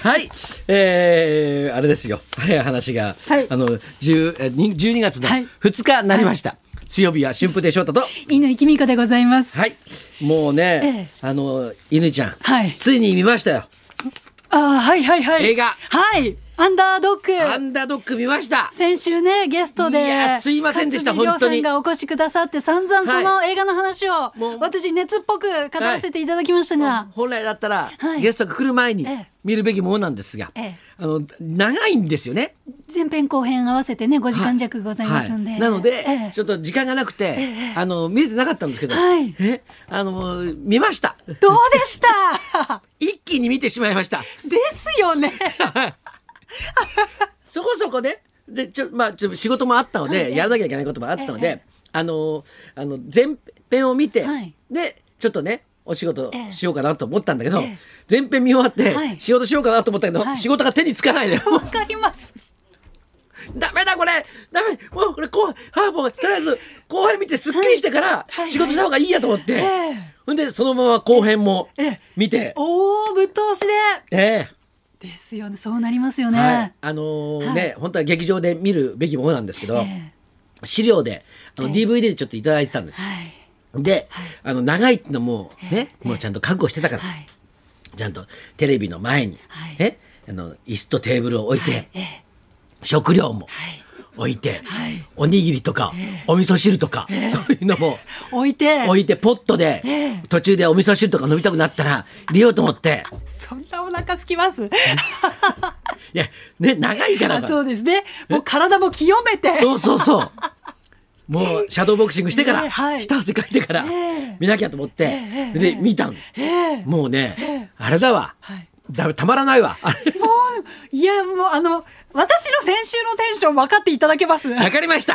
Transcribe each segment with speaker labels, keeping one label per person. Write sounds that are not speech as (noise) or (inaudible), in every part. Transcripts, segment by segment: Speaker 1: はい。えー、あれですよ。早い話が。
Speaker 2: はい
Speaker 1: あの、10えに12月の
Speaker 2: はい
Speaker 1: 2日になりました。水曜日は春風亭昇太と。
Speaker 2: 犬井美子でございます。
Speaker 1: はい。もうね、あの、犬ちゃん。
Speaker 2: はい
Speaker 1: ついに見ましたよ。
Speaker 2: あーはいはいはい。
Speaker 1: 映画
Speaker 2: はい。アンダードッ
Speaker 1: ア
Speaker 2: グ。
Speaker 1: ンダードッグ見ました。
Speaker 2: 先週ね、ゲスト
Speaker 1: いや
Speaker 2: で。
Speaker 1: ーすいませんでした
Speaker 2: 勝地涼
Speaker 1: 本当に
Speaker 2: さんがお越しくださって、散々その映画の話を
Speaker 1: もう、
Speaker 2: 私、熱っぽく語らせていただきましたが。
Speaker 1: 本来だったら、
Speaker 2: はい
Speaker 1: ゲストが来る前に
Speaker 2: ええ
Speaker 1: 見るべきものなんですが、
Speaker 2: ええ
Speaker 1: あの長いんですよね。
Speaker 2: 前編後編合わせてね、5時間弱ございますんで。
Speaker 1: はいなので、
Speaker 2: ええ
Speaker 1: ちょっと時間がなくて、あの見れてなかったんですけど、
Speaker 2: はい
Speaker 1: えあの見ました
Speaker 2: どうでした (laughs)
Speaker 1: 一気に見てしまいました
Speaker 2: ですよね。
Speaker 1: そこそこででちょ、まあ、ちょ仕事もあったので、
Speaker 2: はい
Speaker 1: やらなきゃいけないこともあったので、
Speaker 2: ええ
Speaker 1: あのあの前編を見て、
Speaker 2: はい
Speaker 1: でちょっとねお仕事
Speaker 2: ええ
Speaker 1: しようかなと思ったんだけど、
Speaker 2: ええ
Speaker 1: 前編見終わって、
Speaker 2: はい
Speaker 1: 仕事しようかなと思ったけど、
Speaker 2: はい
Speaker 1: 仕事が手につかないの
Speaker 2: (laughs)
Speaker 1: よ。
Speaker 2: わかります。
Speaker 1: ダメだこれダメもうこれ後半あもうとりあえず後編見てすっきりしてから
Speaker 2: はい
Speaker 1: 仕事した方がいいやと思って、
Speaker 2: ええ
Speaker 1: ほんでそのまま後編も
Speaker 2: ええ
Speaker 1: 見て、
Speaker 2: おー、ぶっ通しで。
Speaker 1: え
Speaker 2: ですよね。そうなりますよ
Speaker 1: え
Speaker 2: ね。
Speaker 1: はい、あのー
Speaker 2: はい
Speaker 1: ね本当は劇場で見るべきものなんですけど、
Speaker 2: え
Speaker 1: 資料であの
Speaker 2: ええ
Speaker 1: DVD でちょっといただいてたんです、
Speaker 2: はい。
Speaker 1: で、あの長いってのもね、
Speaker 2: ええ
Speaker 1: もうちゃんと覚悟してたから、
Speaker 2: はい。
Speaker 1: ちゃんとテレビの前に、
Speaker 2: はい
Speaker 1: ねあの椅子とテーブルを置いて、
Speaker 2: ええ
Speaker 1: 食料も
Speaker 2: はい。
Speaker 1: 置いて、
Speaker 2: はい
Speaker 1: おにぎりとか、お味噌汁とか、そういうのも
Speaker 2: 置いて。
Speaker 1: 置いてポットで、
Speaker 2: ええ
Speaker 1: 途中でお味噌汁とか飲みたくなったら入れようと思って
Speaker 2: そんなお腹空きます。
Speaker 1: いやね長いから
Speaker 2: あ (laughs) そうですね。もう体も清めて。
Speaker 1: そうそうそうもうシャドーボクシングしてから、
Speaker 2: ねえはい
Speaker 1: 下汗かいてから、
Speaker 2: ええ
Speaker 1: 見なきゃと思って、
Speaker 2: ええ
Speaker 1: で見たの、
Speaker 2: ええ
Speaker 1: もうね、あれだわ、
Speaker 2: はい
Speaker 1: だたまらないわあれ
Speaker 2: もう、いや、もうあの、私の先週のテンション分かっていただけます
Speaker 1: わかりました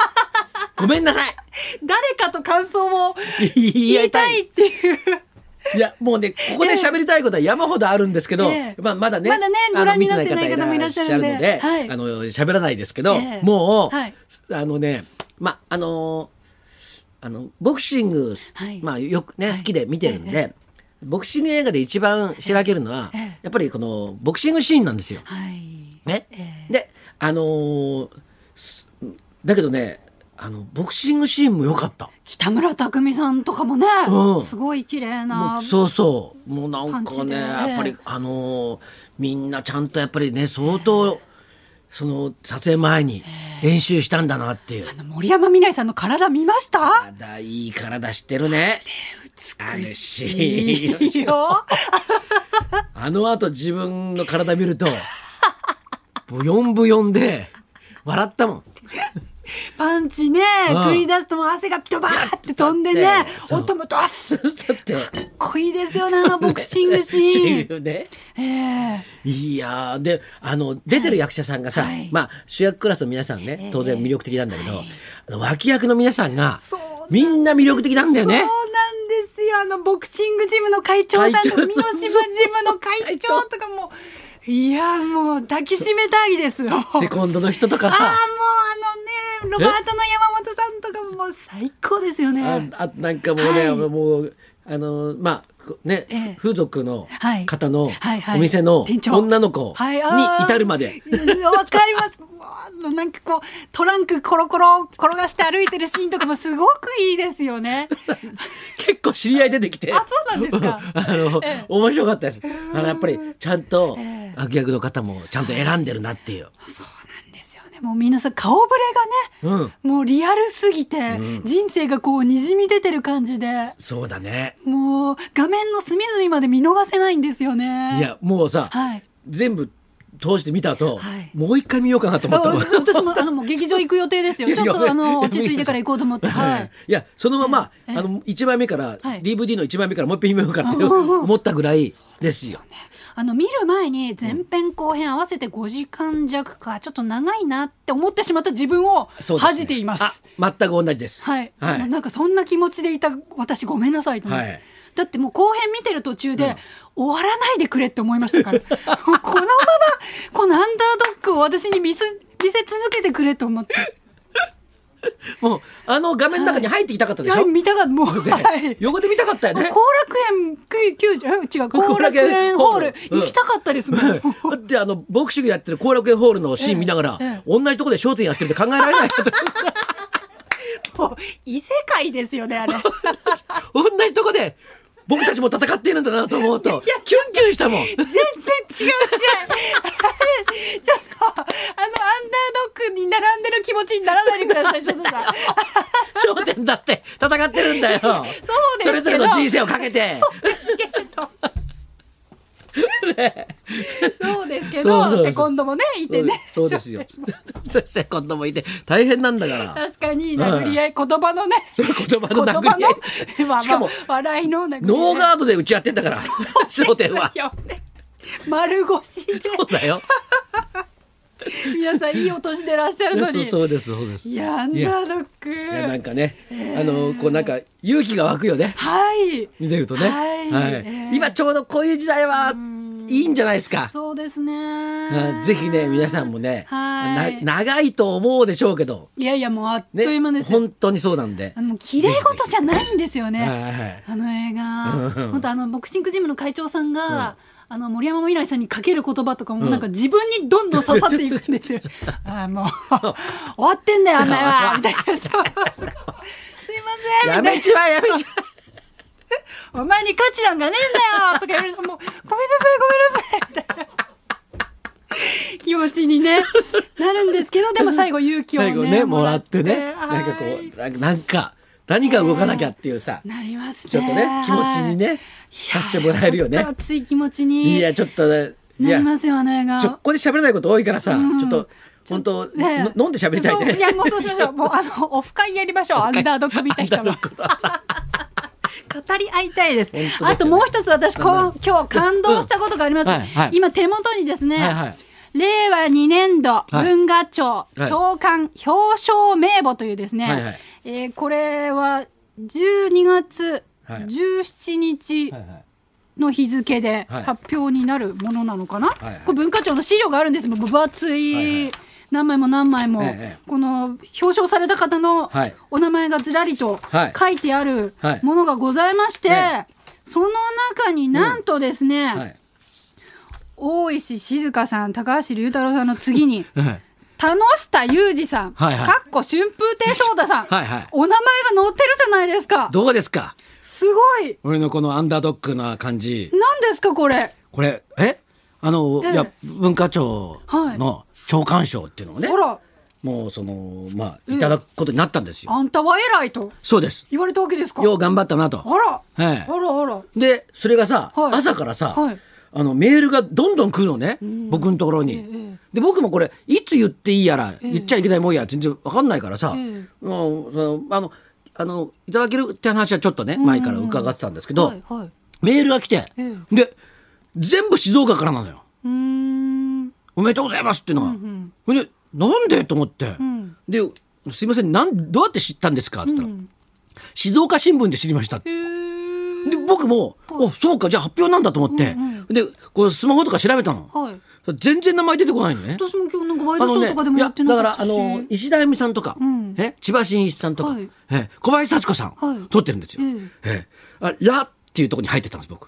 Speaker 1: ごめんなさ
Speaker 2: (laughs)
Speaker 1: い
Speaker 2: 誰かと感想を
Speaker 1: 言
Speaker 2: 言いたいっていう。
Speaker 1: いやもうねここで喋りたいことは山ほどあるんですけど、
Speaker 2: ええ
Speaker 1: まあ、まだね
Speaker 2: まだね
Speaker 1: あの
Speaker 2: ご覧になっ
Speaker 1: 見
Speaker 2: てない方もいらっしゃるんで
Speaker 1: いらっしゃるの
Speaker 2: はい
Speaker 1: あの喋らないですけど、
Speaker 2: ええ
Speaker 1: もう、
Speaker 2: はい
Speaker 1: あのねまああのあのボクシング、
Speaker 2: はい
Speaker 1: まあ、よくね、
Speaker 2: はい
Speaker 1: 好きで見てるんで、
Speaker 2: え
Speaker 1: ボクシング映画で一番しらけるのは、
Speaker 2: ええ
Speaker 1: やっぱりこのボクシングシーンなんですよ。
Speaker 2: はい。
Speaker 1: ね
Speaker 2: え
Speaker 1: であのーすだけどねあのボクシングシーンも良かった。
Speaker 2: 北村匠海さんとかもね、
Speaker 1: うん
Speaker 2: すごい綺麗
Speaker 1: も
Speaker 2: な
Speaker 1: う。そうそうもうなん
Speaker 2: パ
Speaker 1: か
Speaker 2: ン
Speaker 1: ね
Speaker 2: チで
Speaker 1: やっぱ
Speaker 2: え
Speaker 1: り
Speaker 2: え
Speaker 1: あのーみんなちゃんとやっぱりね相当その撮影前に練習したんだなっていう。
Speaker 2: あの森山未來さんの体見ました
Speaker 1: 体いい体してるね。
Speaker 2: 美
Speaker 1: しいよ
Speaker 2: しいよ。
Speaker 1: あの後自分の体見る
Speaker 2: (laughs)
Speaker 1: とブヨンブヨンで笑ったも
Speaker 2: (laughs)
Speaker 1: ん。
Speaker 2: パンチね、
Speaker 1: うん
Speaker 2: 繰り出すともう汗がピトバーって飛んでね
Speaker 1: だって、そう
Speaker 2: 音もドアス
Speaker 1: だって
Speaker 2: 濃いですよね、あのボクシングシ
Speaker 1: (laughs)
Speaker 2: ーン。
Speaker 1: ン。ね
Speaker 2: ええ
Speaker 1: いやーであの出てる役者さんがさ、
Speaker 2: はい
Speaker 1: まあ、主役クラスの皆さんね当然魅力的なんだけど、
Speaker 2: はい
Speaker 1: あの脇役の皆さんが
Speaker 2: そうなん
Speaker 1: みんな魅力的なんだよね
Speaker 2: そう。なんですよ、あのボクシングジムの会長さんと
Speaker 1: 会長
Speaker 2: か、三島ジムの会長とかもう、いや、もう抱きしめたいですよ。ああ、もう
Speaker 1: セコンドの人とかさ
Speaker 2: あのね、ロバートの山本さんとかももう最高ですよ
Speaker 1: あ
Speaker 2: ね。
Speaker 1: あなんかもうね、
Speaker 2: はい
Speaker 1: もうあのまあこね、
Speaker 2: ええ
Speaker 1: 風俗の
Speaker 2: はい
Speaker 1: 方の
Speaker 2: はいはい
Speaker 1: お店の
Speaker 2: 店長
Speaker 1: 女の子に
Speaker 2: はいあー
Speaker 1: 至るまで、
Speaker 2: うんわかります。もうあのなんかこうトランクコロコロ転がして歩いてるシーンとかもすごくいいですよね。
Speaker 1: 結構知り合い出てきて
Speaker 2: あそうなんです
Speaker 1: (laughs)
Speaker 2: か
Speaker 1: あの、
Speaker 2: ええ
Speaker 1: 面白かったですあのやっぱりちゃんと
Speaker 2: ええ
Speaker 1: 悪役の方もちゃんと選んでるなっていう、
Speaker 2: そうなんですよね。もう皆さん顔ぶれがね、もうリアルすぎて、人生がこうにじみ出てる感じで、
Speaker 1: そうだね
Speaker 2: もう画面の隅々まで見逃せないんですよね。
Speaker 1: いやもうさ、
Speaker 2: はい。
Speaker 1: 全部通して見た後、
Speaker 2: はい
Speaker 1: もう一回見ようかなと思
Speaker 2: あ
Speaker 1: った
Speaker 2: (laughs)
Speaker 1: もん
Speaker 2: 私もあのもう劇場行く予定ですよ。ちょっとあの落ち着いてから行こうと思っ
Speaker 1: (laughs)
Speaker 2: て、は
Speaker 1: はい
Speaker 2: い。、
Speaker 1: いやそのまま、
Speaker 2: ええ
Speaker 1: あの1枚目から、
Speaker 2: はい
Speaker 1: DVD の1枚目からもう一遍見ようかって
Speaker 2: (laughs)
Speaker 1: 思ったぐらいですよ。
Speaker 2: あの見る前に前編後編合わせて5時間弱かちょっと長いなって思ってしまった自分を
Speaker 1: そうですね
Speaker 2: 恥じています。
Speaker 1: あ全く同じです。
Speaker 2: はい、
Speaker 1: は
Speaker 2: もう
Speaker 1: い。
Speaker 2: なんかそんな気持ちでいた私ごめんなさいと思って、
Speaker 1: はい
Speaker 2: だってもう後編見てる途中で、終わらないでくれって思いました
Speaker 1: (laughs)
Speaker 2: からもうこのままこのアンダードッグを私に見せ見せ続けてくれと思って
Speaker 1: もうあの画面の中に入っていたかったでしょ、
Speaker 2: 見たかった、もう、
Speaker 1: で
Speaker 2: はい。
Speaker 1: 横で見たかったよ
Speaker 2: 後
Speaker 1: ね
Speaker 2: 楽園く球場、うん違う、後
Speaker 1: 後楽
Speaker 2: 楽園
Speaker 1: 園ホ
Speaker 2: ホ
Speaker 1: ー
Speaker 2: ー
Speaker 1: ル
Speaker 2: ル、行きたかったですもん。も
Speaker 1: (laughs) だっ
Speaker 2: う
Speaker 1: てあのボクシングやってる後楽園ホールのシーン見ながら、
Speaker 2: ええええ
Speaker 1: 同じとこで『笑点』やってるって考えられない
Speaker 2: もう異世界ですよね、あれ。
Speaker 1: (laughs) 同じとこで僕たちも戦っているんだなと思うとキュンキュンしたもん
Speaker 2: 全然違うじゃん。あれちょっと、あの、アンダードッグに並んでる気持ちにならないでください、ちょっとさん。
Speaker 1: (laughs) 笑点だって戦ってるんだよ。そう
Speaker 2: ですけど
Speaker 1: それぞれの人生をかけて。
Speaker 2: (laughs) そうですけ
Speaker 1: そうそうそ
Speaker 2: ど、
Speaker 1: う
Speaker 2: セコンドもね、いてね。
Speaker 1: そうです (laughs) よ。そして今度もいて大変なんだ
Speaker 2: (laughs)
Speaker 1: から。
Speaker 2: 確かに殴り合い、言葉のね、
Speaker 1: そう言葉
Speaker 2: 言
Speaker 1: の
Speaker 2: 葉の
Speaker 1: 殴り合い、
Speaker 2: まあ
Speaker 1: しかも
Speaker 2: まあ笑いの殴り合い
Speaker 1: ノー
Speaker 2: (laughs)
Speaker 1: ガードで打ち合ってんだから。笑点は。
Speaker 2: 丸腰で
Speaker 1: そうだよ。
Speaker 2: 皆さんいいお年でらっしゃるの
Speaker 1: そう
Speaker 2: に
Speaker 1: そうですそうです。
Speaker 2: いやアンダードッグ
Speaker 1: いやなんかね、あのこうなんか勇気が湧くよね。
Speaker 2: はい
Speaker 1: 見てるとね。
Speaker 2: はいえー
Speaker 1: 今ちょうどこういう時代はいいんじゃないですか。
Speaker 2: そうです
Speaker 1: うん
Speaker 2: ね
Speaker 1: ぜひね皆さんもね、
Speaker 2: はい
Speaker 1: な長いと思うでしょうけど。
Speaker 2: いやいやもうあっと
Speaker 1: ね
Speaker 2: いう間ですよ、
Speaker 1: 本当にそうなんで
Speaker 2: あ。の綺麗事じゃないんですよね、
Speaker 1: はいはいはい
Speaker 2: あの映
Speaker 1: う
Speaker 2: 画
Speaker 1: ん
Speaker 2: 本当あのボクシングジムの会長さんが、あの森山未来さんにかける言葉とかもなんか自分にどんどん刺さっていくんで
Speaker 1: (laughs)
Speaker 2: すよ。ああもう終わってんだよお前はみたいなそうすいません
Speaker 1: や
Speaker 2: みたい
Speaker 1: め
Speaker 2: な
Speaker 1: ちまえやめちまえ
Speaker 2: お前に価値なんかねえんだよとか言われるともうごめんなさいごめんなさいみたいな気持ちにねなるんですけどでも最後勇気を
Speaker 1: (laughs)
Speaker 2: ね
Speaker 1: 最後ねもらってね
Speaker 2: も
Speaker 1: なんかこ
Speaker 2: はいう
Speaker 1: なんかなんか何か動かなきゃっていうさ、
Speaker 2: なりますね
Speaker 1: ちょっとね気持ちにねさせてもらえるよ
Speaker 2: いや
Speaker 1: ね
Speaker 2: 本当熱い気持ちに
Speaker 1: いやちょっとねい
Speaker 2: な
Speaker 1: や
Speaker 2: りますよあの映画
Speaker 1: ちょここで喋れないこと多いからさ、
Speaker 2: ん
Speaker 1: ちょっと本当、
Speaker 2: ね
Speaker 1: の飲んで喋りたい
Speaker 2: そういや
Speaker 1: ね
Speaker 2: もうそうしましょうもうあのオフ会やりましょうアンダードッグみたいな人
Speaker 1: な
Speaker 2: の
Speaker 1: るほ (laughs) どさ
Speaker 2: 語り合いたいです
Speaker 1: 本当ですよね
Speaker 2: あともう一つ私こう今日感動したことがあります、
Speaker 1: うんはいはい
Speaker 2: 今手元にですね、
Speaker 1: はいはい
Speaker 2: 令和2年度
Speaker 1: い
Speaker 2: 文化庁
Speaker 1: い
Speaker 2: 長官表彰名簿というですね、
Speaker 1: はいはい
Speaker 2: えーこれは12月
Speaker 1: はい
Speaker 2: 17日
Speaker 1: はいはい
Speaker 2: の日付で
Speaker 1: はい
Speaker 2: 発表になるものなのかな、
Speaker 1: いはい
Speaker 2: これ文化庁の資料があるんですもう分厚い、
Speaker 1: はいはい
Speaker 2: 何枚も何枚も、
Speaker 1: ええ
Speaker 2: この表彰された方の
Speaker 1: はい
Speaker 2: お名前がずらりと
Speaker 1: はい
Speaker 2: 書いてある
Speaker 1: はい
Speaker 2: ものがございまして、
Speaker 1: え
Speaker 2: その中になんとですね、
Speaker 1: はい
Speaker 2: 大石静香さん高橋龍太郎さんの次に
Speaker 1: はい
Speaker 2: 田下裕二さん、
Speaker 1: はいはい
Speaker 2: かっこ春風亭昇太さん
Speaker 1: はいはい
Speaker 2: お名前が載ってるじゃないですか
Speaker 1: どうですか
Speaker 2: すごい
Speaker 1: 俺のこのアンダードッグな感じ
Speaker 2: 何ですかこれ
Speaker 1: これえあの、
Speaker 2: ええ
Speaker 1: いや文化庁
Speaker 2: は
Speaker 1: の長官賞っていうのをね、
Speaker 2: ほら
Speaker 1: もうそのまあいただくことになったんですよ、
Speaker 2: あんたは偉いと
Speaker 1: そうです
Speaker 2: 言われたわけですか
Speaker 1: よう頑張ったなと
Speaker 2: あら、
Speaker 1: ええ
Speaker 2: あらあら
Speaker 1: でそれがさ、
Speaker 2: はい
Speaker 1: 朝からさ、
Speaker 2: はい
Speaker 1: あのメールがどんどん来るのね、僕のところに。で僕もこれいつ言っていいやら、言っちゃいけないもんや全然わかんないからさ、
Speaker 2: え
Speaker 1: もうそのあのあのいただけるって話はちょっとね前から伺ってたんですけど、
Speaker 2: はいはい
Speaker 1: メールが来て、
Speaker 2: え
Speaker 1: で全部静岡からなのよ。
Speaker 2: うーん
Speaker 1: おめでとうございますっていうのが。ほんでなんでと思って、で「すいませんなんどうやって知ったんですか?」って言ったら、静岡新聞で知りました」
Speaker 2: へー
Speaker 1: で僕も「おそうかじゃあ発表なんだ」と思って、でこうスマホとか調べたの、
Speaker 2: はい
Speaker 1: 全然名前出てこないのね。
Speaker 2: 私も今日なんかワイ
Speaker 1: あ
Speaker 2: ドシ
Speaker 1: の
Speaker 2: ョー
Speaker 1: ね
Speaker 2: とかでも
Speaker 1: い
Speaker 2: や
Speaker 1: や
Speaker 2: って
Speaker 1: だか
Speaker 2: なかっ
Speaker 1: ら
Speaker 2: た
Speaker 1: あ
Speaker 2: し
Speaker 1: の石田あゆみさんとか、え千葉真一さんとか、
Speaker 2: はい
Speaker 1: え小林幸子さん、
Speaker 2: はい
Speaker 1: 撮ってるんですよ。
Speaker 2: え
Speaker 1: えあラっていうところに入ってたんです僕。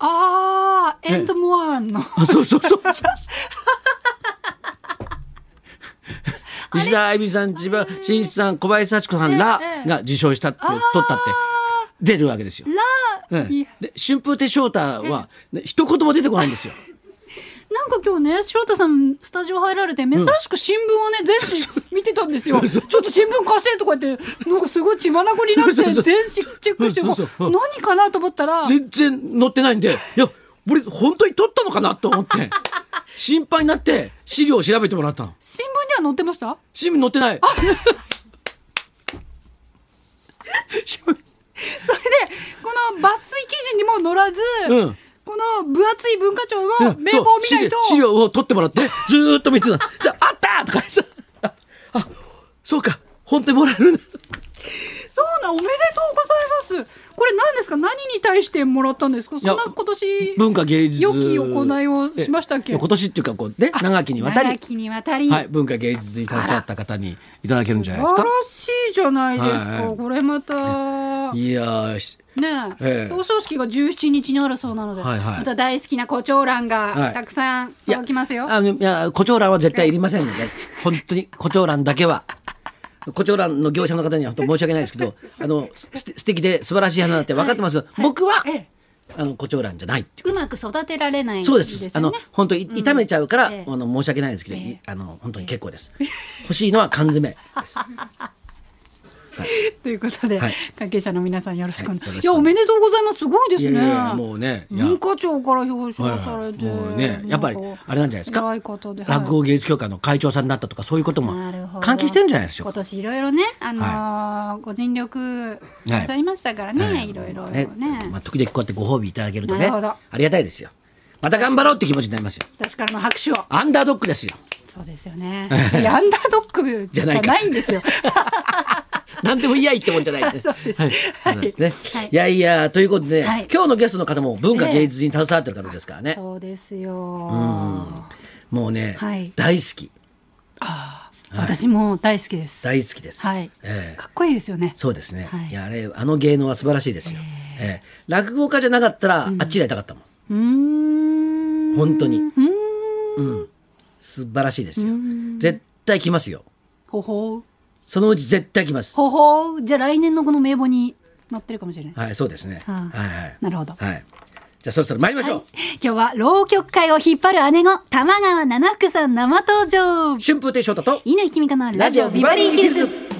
Speaker 2: あーエンドモアの
Speaker 1: あそうそうそうそう。石田あゆみさん、千葉真一さん、小林幸子さんら
Speaker 2: ええ
Speaker 1: が受賞したって、取ったって、出るわけですよ。
Speaker 2: ラ
Speaker 1: ええ
Speaker 2: いや
Speaker 1: で、春風亭昇太は、ね一言も出てこないんです
Speaker 2: (laughs)
Speaker 1: よ。
Speaker 2: なんか今日ね翔太さんスタジオ入られて珍しく新聞をね全紙見てたんですよちょっと新聞貸してとか言ってなんかすごい血眼になって
Speaker 1: そう
Speaker 2: 全
Speaker 1: そう
Speaker 2: 紙チェックしても
Speaker 1: そうそう
Speaker 2: 何かなと思ったら
Speaker 1: 全然載ってないんで、いや、俺、本当に取ったのかなと思
Speaker 2: (laughs)
Speaker 1: って、心配になって、資料を調べてもらったの。
Speaker 2: 新聞には載ってました
Speaker 1: 新聞載ってない。新聞
Speaker 2: (laughs) それでこの抜粋記事にも載らず、
Speaker 1: うん
Speaker 2: この分厚い文化庁の名簿を見ないと
Speaker 1: そう資料資料を取ってもらってずーっと見てたで「あった!」とかさ「ああそうか本当にもらえるんだ
Speaker 2: そうなんおめでとうございますここれ何ですか何に対してもらったんですかそん
Speaker 1: や
Speaker 2: な今年
Speaker 1: 文化芸術
Speaker 2: 良き行いをしましたっ
Speaker 1: え
Speaker 2: け
Speaker 1: 今年っていうかこうね長きにわたり
Speaker 2: 長きにわたり、
Speaker 1: はい、文化芸術に携わった方にいただけるんじゃ
Speaker 2: 素
Speaker 1: ないです
Speaker 2: 晴。
Speaker 1: から
Speaker 2: しいじゃないですか、
Speaker 1: はいはい
Speaker 2: これまたね
Speaker 1: いやーしええ
Speaker 2: お葬式が17日にあるそうなので、
Speaker 1: はいはい
Speaker 2: また大好きな胡蝶蘭
Speaker 1: は
Speaker 2: が
Speaker 1: い
Speaker 2: たくさん
Speaker 1: いや
Speaker 2: 届きますよ、
Speaker 1: あのいや胡蝶蘭は絶対いりませんので、本当に胡蝶蘭だけは。胡蝶蘭の業者の方には本当申し訳ないですけど、あのすす素敵で素晴らしい花だって分かってますけど、僕は、
Speaker 2: ええ
Speaker 1: あの胡蝶蘭じゃないっていう。
Speaker 2: うまく育てられない
Speaker 1: そうです。
Speaker 2: よ
Speaker 1: あの
Speaker 2: ね
Speaker 1: 本当に痛めちゃうから、
Speaker 2: ええ
Speaker 1: あの申し訳ないですけど、い
Speaker 2: ええ
Speaker 1: あの本当に結構です。欲しいのは缶
Speaker 2: (laughs)
Speaker 1: 詰です。
Speaker 2: ということで、
Speaker 1: はい
Speaker 2: 関係者の皆さんよろしくお願い
Speaker 1: はいよろしく
Speaker 2: いやおめでとうございますすごいです
Speaker 1: いや
Speaker 2: ね
Speaker 1: いやいやもうね、いや
Speaker 2: 文化庁から表
Speaker 1: はい
Speaker 2: 彰さ
Speaker 1: は
Speaker 2: れ
Speaker 1: い
Speaker 2: て、
Speaker 1: もうね、やっぱりあれなんじゃないですか。
Speaker 2: 偉い方で、はい
Speaker 1: 落語芸術協会の会長さんになったとかそういうこと
Speaker 2: なるほ
Speaker 1: も
Speaker 2: ど
Speaker 1: 関係してるんじゃないです
Speaker 2: 今
Speaker 1: か。
Speaker 2: 年いろいろね、あのーご尽力なさりましたからね、、
Speaker 1: はい
Speaker 2: ろいろね
Speaker 1: ね、まあ時々こうやってご褒美いただけるとね、
Speaker 2: なるほど
Speaker 1: ありがたいですよ。また頑張ろうって気持ちになりますよ。
Speaker 2: 私からの拍手を
Speaker 1: アンダードックですよ。
Speaker 2: そうですよ
Speaker 1: (laughs)
Speaker 2: ねいやアンダードッグじゃないんですよ
Speaker 1: なんでも嫌いってもんじゃないです。
Speaker 2: (laughs) そうです
Speaker 1: はい
Speaker 2: はい
Speaker 1: そうですね
Speaker 2: はい
Speaker 1: いやいやということで、
Speaker 2: はい
Speaker 1: 今日のゲストの方も文化芸術に携わってる方ですからね。
Speaker 2: そうですよ、
Speaker 1: もうね、
Speaker 2: はい
Speaker 1: 大好き
Speaker 2: 私も大好きです
Speaker 1: 大好きです。
Speaker 2: はい、
Speaker 1: ええ
Speaker 2: かっこいいですよね
Speaker 1: そうですね。
Speaker 2: はい
Speaker 1: い、やあれあの芸能は素晴らしいですよ。ええ落語家じゃなかったら、あっちでやりたかったもん。
Speaker 2: うーん
Speaker 1: 本当に。うん。素晴らしいですよ。絶対来ますよ。
Speaker 2: ほほう
Speaker 1: そのうち絶対来ます。
Speaker 2: ほほうじゃあ来年のこの名簿に載ってるかもしれない、
Speaker 1: はい、そうですね。は
Speaker 2: はいあ
Speaker 1: はい。
Speaker 2: なるほど
Speaker 1: はい。じゃあそろそろ参りましょう。
Speaker 2: 今日は浪曲界を引っ張る姉の玉川七福さん生登場
Speaker 1: 春風亭昇太と
Speaker 2: 乾きみかの
Speaker 1: ラ
Speaker 2: ラ
Speaker 1: ジ
Speaker 2: ジ
Speaker 1: オ
Speaker 2: オ
Speaker 1: ビ
Speaker 2: ビ
Speaker 1: バ
Speaker 2: バ
Speaker 1: リ
Speaker 2: リ
Speaker 1: ー
Speaker 2: ー
Speaker 1: ヒ
Speaker 2: ヒ
Speaker 1: ルズ
Speaker 2: ルズ。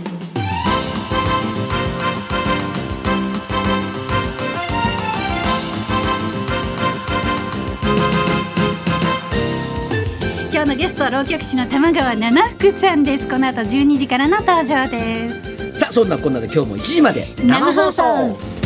Speaker 2: 今日のゲストは浪曲師の玉川七福さんです。この後12時からの登場です。
Speaker 1: さあそんなこんなで今日も1時まで
Speaker 2: 生放送